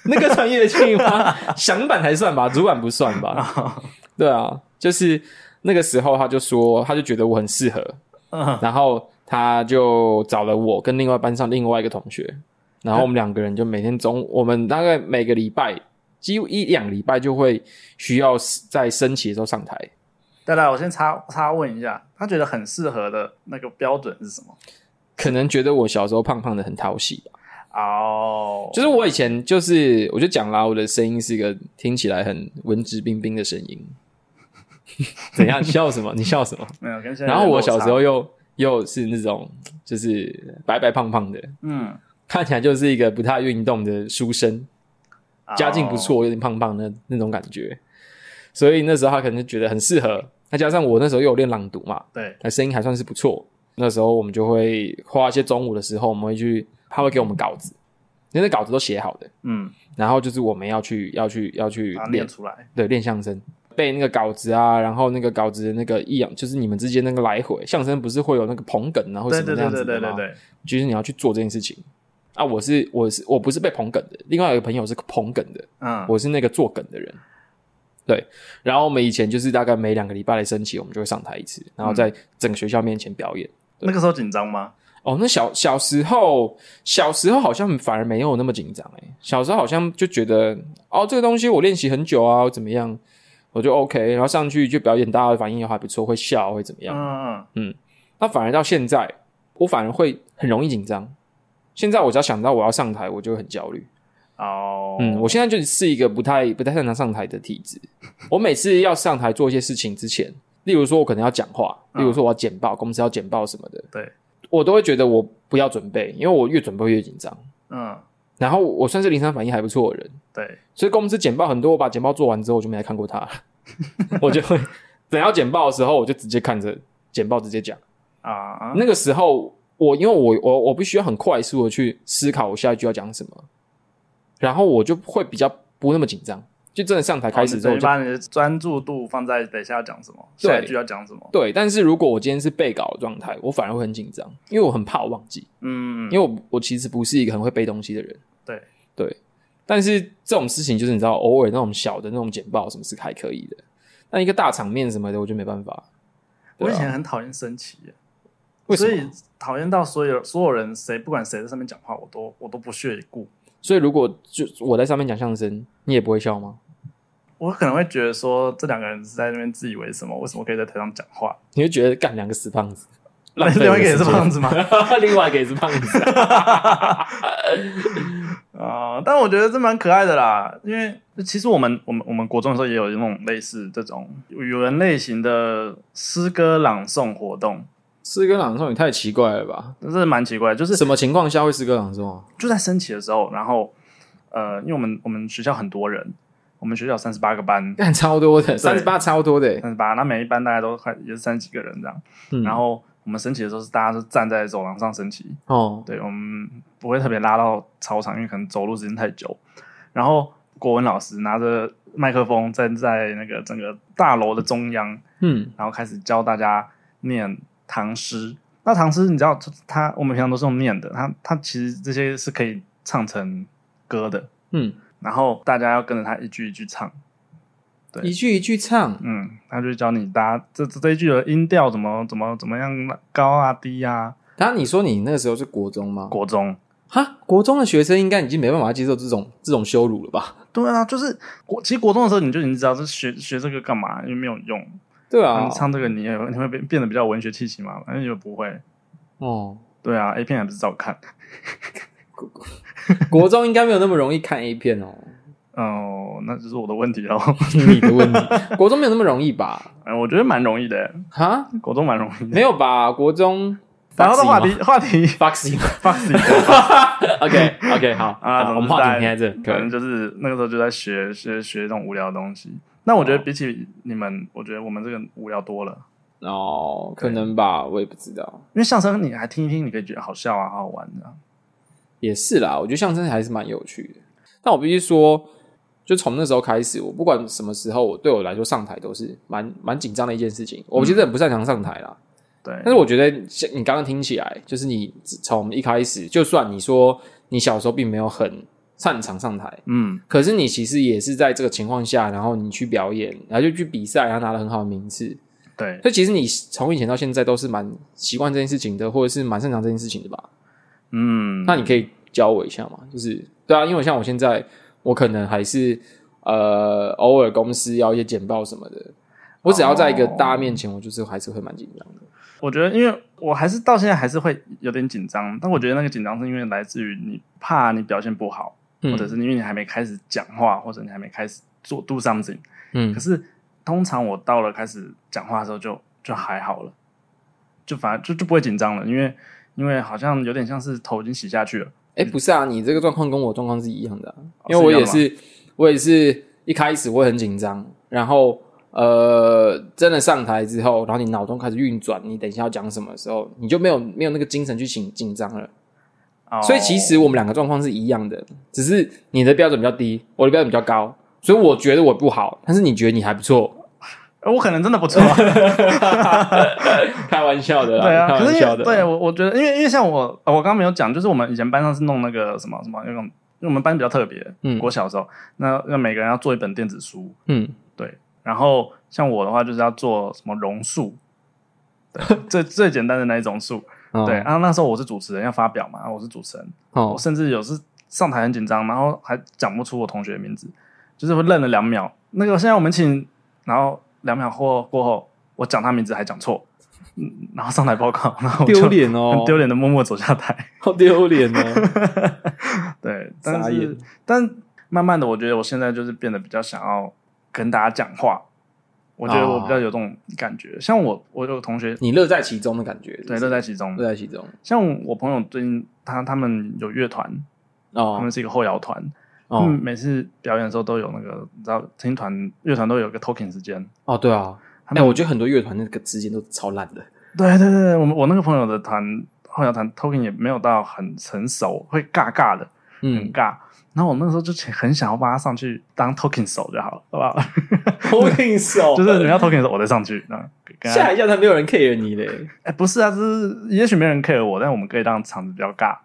那个算乐器吗？响板才算吧，竹板不算吧？
(laughs)
对啊，就是那个时候他就说，他就觉得我很适合，
嗯，
然后他就找了我跟另外班上另外一个同学，然后我们两个人就每天中，我们大概每个礼拜。几乎一两礼拜就会需要在升旗的时候上台，
对了，我先插插问一下，他觉得很适合的那个标准是什么？
可能觉得我小时候胖胖的很讨喜吧。
哦，
就是我以前就是我就讲啦，我的声音是一个听起来很文质彬彬的声音。 (laughs) 怎样笑
(laughs)
什么？你笑什么？
没有跟现在有
然后我
落差
小时，候又又是那种就是白白胖胖的，
嗯，
看起来就是一个不太运动的书生，家境不
哦
错，有点胖胖的那那种感觉。所以那时候他可能就觉得很适合。再加上我那时候又有练朗读嘛，
对，
那声音还算是不错。那时候我们就会花一些中午的时候，我们会去，他会给我们稿子，因为那稿子都写好的，
嗯，
然后就是我们要去要去要去
把它
练
念，出来，
对，练相声，背那个稿子啊，然后那个稿子的那个抑扬，就是你们之间那个来回，相声不是会有那个捧哏啊或
对
什
对
么那样
对
子
对
的
对
吗
对？对，
就是你要去做这件事情啊！我是我是我不是被捧哏的，另外有一个朋友是捧哏的，
嗯，
我是那个做梗的人。对，然后我们以前就是大概每两个礼拜的升旗，我们就会上台一次，然后在整个学校面前表演。
那个时候紧张吗？
哦，那小小时候，小时候好像反而没有那么紧张诶，小时候好像就觉得哦，这个东西我练习很久啊，怎么样，我就 OK，然后上去就表演，大家的反应又还不错，会笑会怎么
嗯
样？
嗯，嗯
那反而到现在，我反而会很容易紧张。现在我只要想到我要上台，我就会很焦虑。
哦，
嗯，我现在就是一个不太不太擅长上台的体质。我每次要上台做一些事情之前，例如说我可能要讲话，例如说我要简报，公司要简报什么的，
对
我都会觉得我不要准备，因为我越准备越紧张。
嗯，
然后我算是临场反应还不错的人，
对，
所以公司简报很多，我把简报做完之后，我就没来看过他， (laughs) 我就会等要简报的时候，我就直接看着简报直接讲。
啊，
那个时候，我因为我我我必须要很快速的去思考我下一句要讲什么，然后我就会比较不那么紧张。就真的上台开始之
等
后
于
就、
把哦你的专注度放在等一下要讲什么，
对
下一句要讲什么，
对，但是如果我今天是背稿的状态，我反而会很紧张，因为我很怕我忘记，
嗯，
因为我我其实不是一个很会背东西的人。
对
对，但是这种事情就是你知道，偶尔那种小的那种简报什么是还可以的，但一个大场面什么的我就没办法。
我
对
以
啊
前很讨厌升旗耶，
为什
所
么？
以讨厌到所有所有人谁不管谁在上面讲话，我都我都不屑一顾。
所以如果就我在上面讲相声，你也不会笑吗？
我可能会觉得说，这两个人是在那边自以为什么？为什么可以在台上讲话？
你会觉得干两个死胖
(laughs)
子， (laughs)
另外一个也是胖子吗？
另外一个也是胖子、啊。
啊、但我觉得这蛮可爱的啦，因为其实我们我们我们国中的时候也有那种类似这种语文类型的诗歌朗诵活动，
诗歌朗诵也太奇怪了吧？
真是蛮奇怪，就是
什么情况下会诗歌朗诵啊？
就在升旗的时候，然后呃，因为我们我们学校很多人，我们学校三十八个班，
干超多的，三十八超多的欸，
三十八，那每一班大概都快也是三十几个人这样，
嗯
嗯然后我们升旗的时候是大家都站在走廊上升旗，
哦，
对，我们不会特别拉到操场，因为可能走路时间太久。然后国文老师拿着麦克风站在那个整个大楼的中央，
嗯，
然后开始教大家念唐诗。那唐诗你知道，他我们平常都是用念的，他他其实这些是可以唱成歌的，
嗯，
然后大家要跟着他一句一句唱。对
一句一句唱，
嗯，他就教你大家这这这一句的音调怎么怎么怎么样高啊低啊。
然后你说你那个时候是国中吗？
国中
哈，国中的学生应该已经没办法接受这种这种羞辱了吧？
对啊，就是国，其实国中的时候你就已经知道，这学学这个干嘛，因为没有用。
对
然后
啊
你，嗯唱这个你也你会变变得比较文学气息嘛？反正也不会。
哦，
对啊，A 片还不是照看。
国中应该没有那么容易看 A 片哦， (laughs)
哦、那就是我的问题喽。
你的问题，国中没有那么容易吧？
(laughs) 哎我觉得蛮容易的，
哈，
国中蛮容易的。
没有吧？国中，
然后的话题话题
Foxy (laughs)
，Foxy，
OK OK，好好
啊总之
我们话
大
题停
家
在这，
可
可
能
以。
就是那个时候就在学学学这种无聊的东西。那我觉得比起你们，我觉得我们这个无聊多了。
哦，可能吧，我也不知道。
因为相声你还听一听，你可以觉得好笑啊，好好玩的、啊。
也是啦，我觉得相声还是蛮有趣的。但我必须说，就从那时候开始，我不管什么时候，我对我来说上台都是蛮蛮紧张的一件事情。我其实很不擅长上台啦，
对
但，是我觉得像你刚刚听起来，就是你从一开始，就算你说你小时候并没有很擅长上台，
嗯，
可是你其实也是在这个情况下，然后你去表演，然后就去比赛，然后拿了很好的名次，
对。
所以其实你从以前到现在都是蛮习惯这件事情的，或者是蛮擅长这件事情的吧？
嗯，
那你可以教我一下嘛？就是对啊，因为像我现在，我可能还是呃偶尔公司要一些简报什么的，我只要在一个大家面前，我就是还是会蛮紧张的。
我觉得，因为我还是到现在还是会有点紧张，但我觉得那个紧张是因为来自于你怕你表现不好，或者
嗯
是因为你还没开始讲话，或者你还没开始做 do something。可
嗯，
是通常我到了开始讲话的时候就，就还好了，就反而就就不会紧张了，因为因为好像有点像是头已经洗下去了。
哎、不是啊，你这个状况跟我状况是一样的啊、
哦
因为我也
是
是我也是一开始我会很紧张，然后呃真的上台之后，然后你脑中开始运转，你等一下要讲什么的时候，你就没有没有那个精神去紧紧张了。
哦
所以其实我们两个状况是一样的，只是你的标准比较低，我的标准比较高，所以我觉得我不好，但是你觉得你还不错，
(laughs) 呃我可能真的不错、
开玩笑的啦，
对啊，
开
可
玩
是因
笑
为
的，
对，我我觉得，因为因为像我，呃我刚刚没有讲，就是我们以前班上是弄那个什么什么那种，因为我们班比较特别，
嗯
国小的时候，那那每个人要做一本电子书，
嗯，
对，然后像我的话就是要做什么榕树，
(laughs)
对，最最简单的那一种树，
哦
对，，啊然后那时候我是主持人要发表嘛，我是主持人，我
哦，
甚至有时上台很紧张，然后还讲不出我同学的名字，就是会愣了两秒，那个现在我们请，然后两秒后过后，我讲他名字还讲错。嗯，然后上台报告，然后我就
丢脸哦
很，丢脸的默默走下
(laughs)
台。
好丢脸哦，
对，但
傻眼
是但慢慢的，我觉得我现在就是变得比较想要跟大家讲话。我觉得我比较有这种感觉，像我我有同学
哦你乐在其中的感觉，是不
(laughs) 对
是
乐在其中
乐，在其中，
像我朋友最近他他们有乐团，他
哦
们是一个后摇团，
哦、
嗯，每次表演的时候都有那个你知道听团乐团都有个 talking 时间。
哦，对啊，
他
哎、
们
我觉得很多乐团那个之间都超烂的，
对对对对，我们我那个朋友的团后摇团 talking 也没有到很成熟，会尬尬的。很 (laughs)
嗯，
尬。然后我那时候就很想要帮他上去当 token 手就好了，好不好？ (laughs)
我跟你说，
就是 (laughs) 人家 token 手，我再上去。然后跟他
下一下才没有人 care 你嘞，
哎，不是啊，就是也许没人 care 我，但我们可以让场子比较尬， (laughs)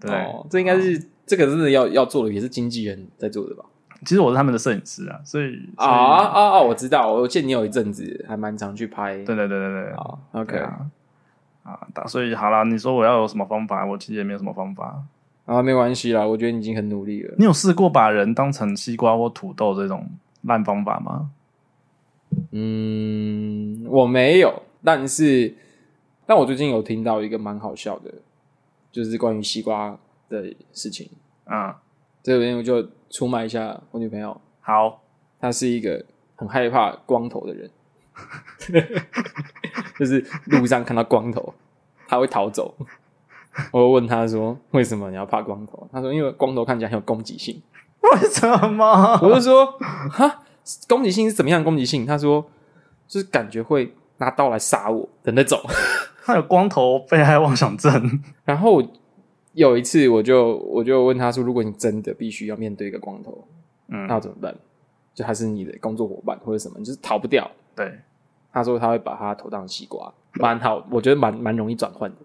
对不对？
哦，这应该是这个真的要要做的，也是经纪人在做的吧。
其实我是他们的摄影师啊，所以
啊啊，啊！我知道，我记得你有一阵子还蛮常去拍。
所以对对对对对，
好，OK，哦
对啊。啊，打所以好啦，你说我要有什么方法？我其实也没有什么方法。
啊，没关系啦，我觉得你已经很努力了。
你有试过把人当成西瓜或土豆这种烂方法吗？
嗯，我没有，但是，但我最近有听到一个蛮好笑的，就是关于西瓜的事情。
啊，
这边我就出卖一下我女朋友，
好， (laughs)
她是一个很害怕光头的人， (laughs) 就是路上看到光头，她会逃走。我就问她说：“为什么你要怕光头？”她说：“因为光头看起来很有攻击性。”
为什么？ (laughs)
我就说：“哈，攻击性是怎么样的攻击性？”她说：“就是感觉会拿刀来杀我的那种。”
他有光头被害妄想症，
然后有一次，我就我就问他说：“如果你真的必须要面对一个光头，
嗯
那，要怎么办？就他是你的工作伙伴或者什么，你就是逃不掉。
对，”
他说他会把他头当西瓜，蛮好，我觉得蛮蛮容易转换的。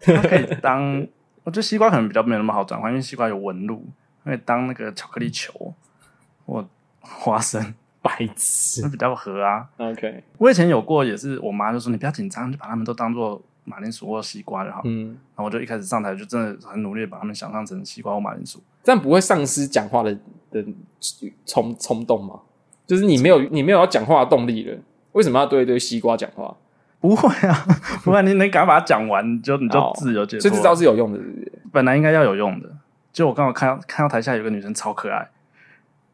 他可以当，我觉得西瓜可能比较没有那么好转换，因为西瓜有纹路，它可以当那个巧克力球或花生，
白痴
那比较合啊。
，OK，
我以前有过，也是我妈就说你不要紧张，就把它们都当做马铃薯或西瓜就好。
嗯，
然后我就一开始上台就真的很努力地把它们想象成西瓜或马铃薯，
这样不会丧失讲话的的冲冲动吗？就是你没有你没有要讲话的动力了，为什么要对一堆西瓜讲话？
不会啊，不然你能赶快把它讲完，你就你
哦
就自由解脱
所以
了。
这招是有用的，对不对？
本来应该要有用的，就我刚好看到看到台下有个女生超可爱，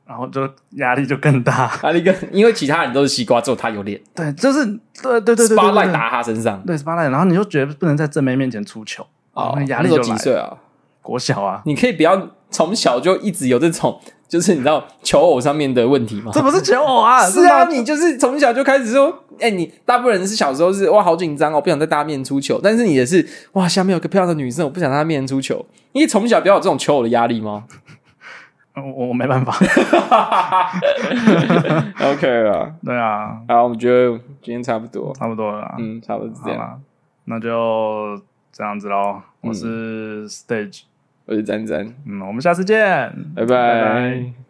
然后就压力就更大。
啊，那个因为其他人都是西瓜，只有他有脸，
对，就是对对对对对
八赖
对
打他身上。
对 s p a 然后你就觉得不能在正妹面前出糗，然后
哦，
那压
那
力
时候
就来
几
了。
岁啊？
国小啊，
你可以不要从小就一直有这种，就是你知道求偶上面的问题吗？
这不是求
(laughs)
偶啊，
哦是啊，
这
你就是从小就开始说，哎、你大部分人是小时候是哇好紧张哦，不想在大家面前出糗，但是你也是哇下面有个漂亮的女生，我不想在她面前出糗，你从小不要有这种求偶的压力吗
闹我我没办法。
(laughs)
(laughs)
？OK 啊，
对啊，
好，我们觉得今天差不多，
差不多了啦，
嗯，差不多是
好
这样。
啦，那就这样子喽。
嗯
我是 Stage，
我是詹詹，
嗯，我们下次见，
拜
拜拜
拜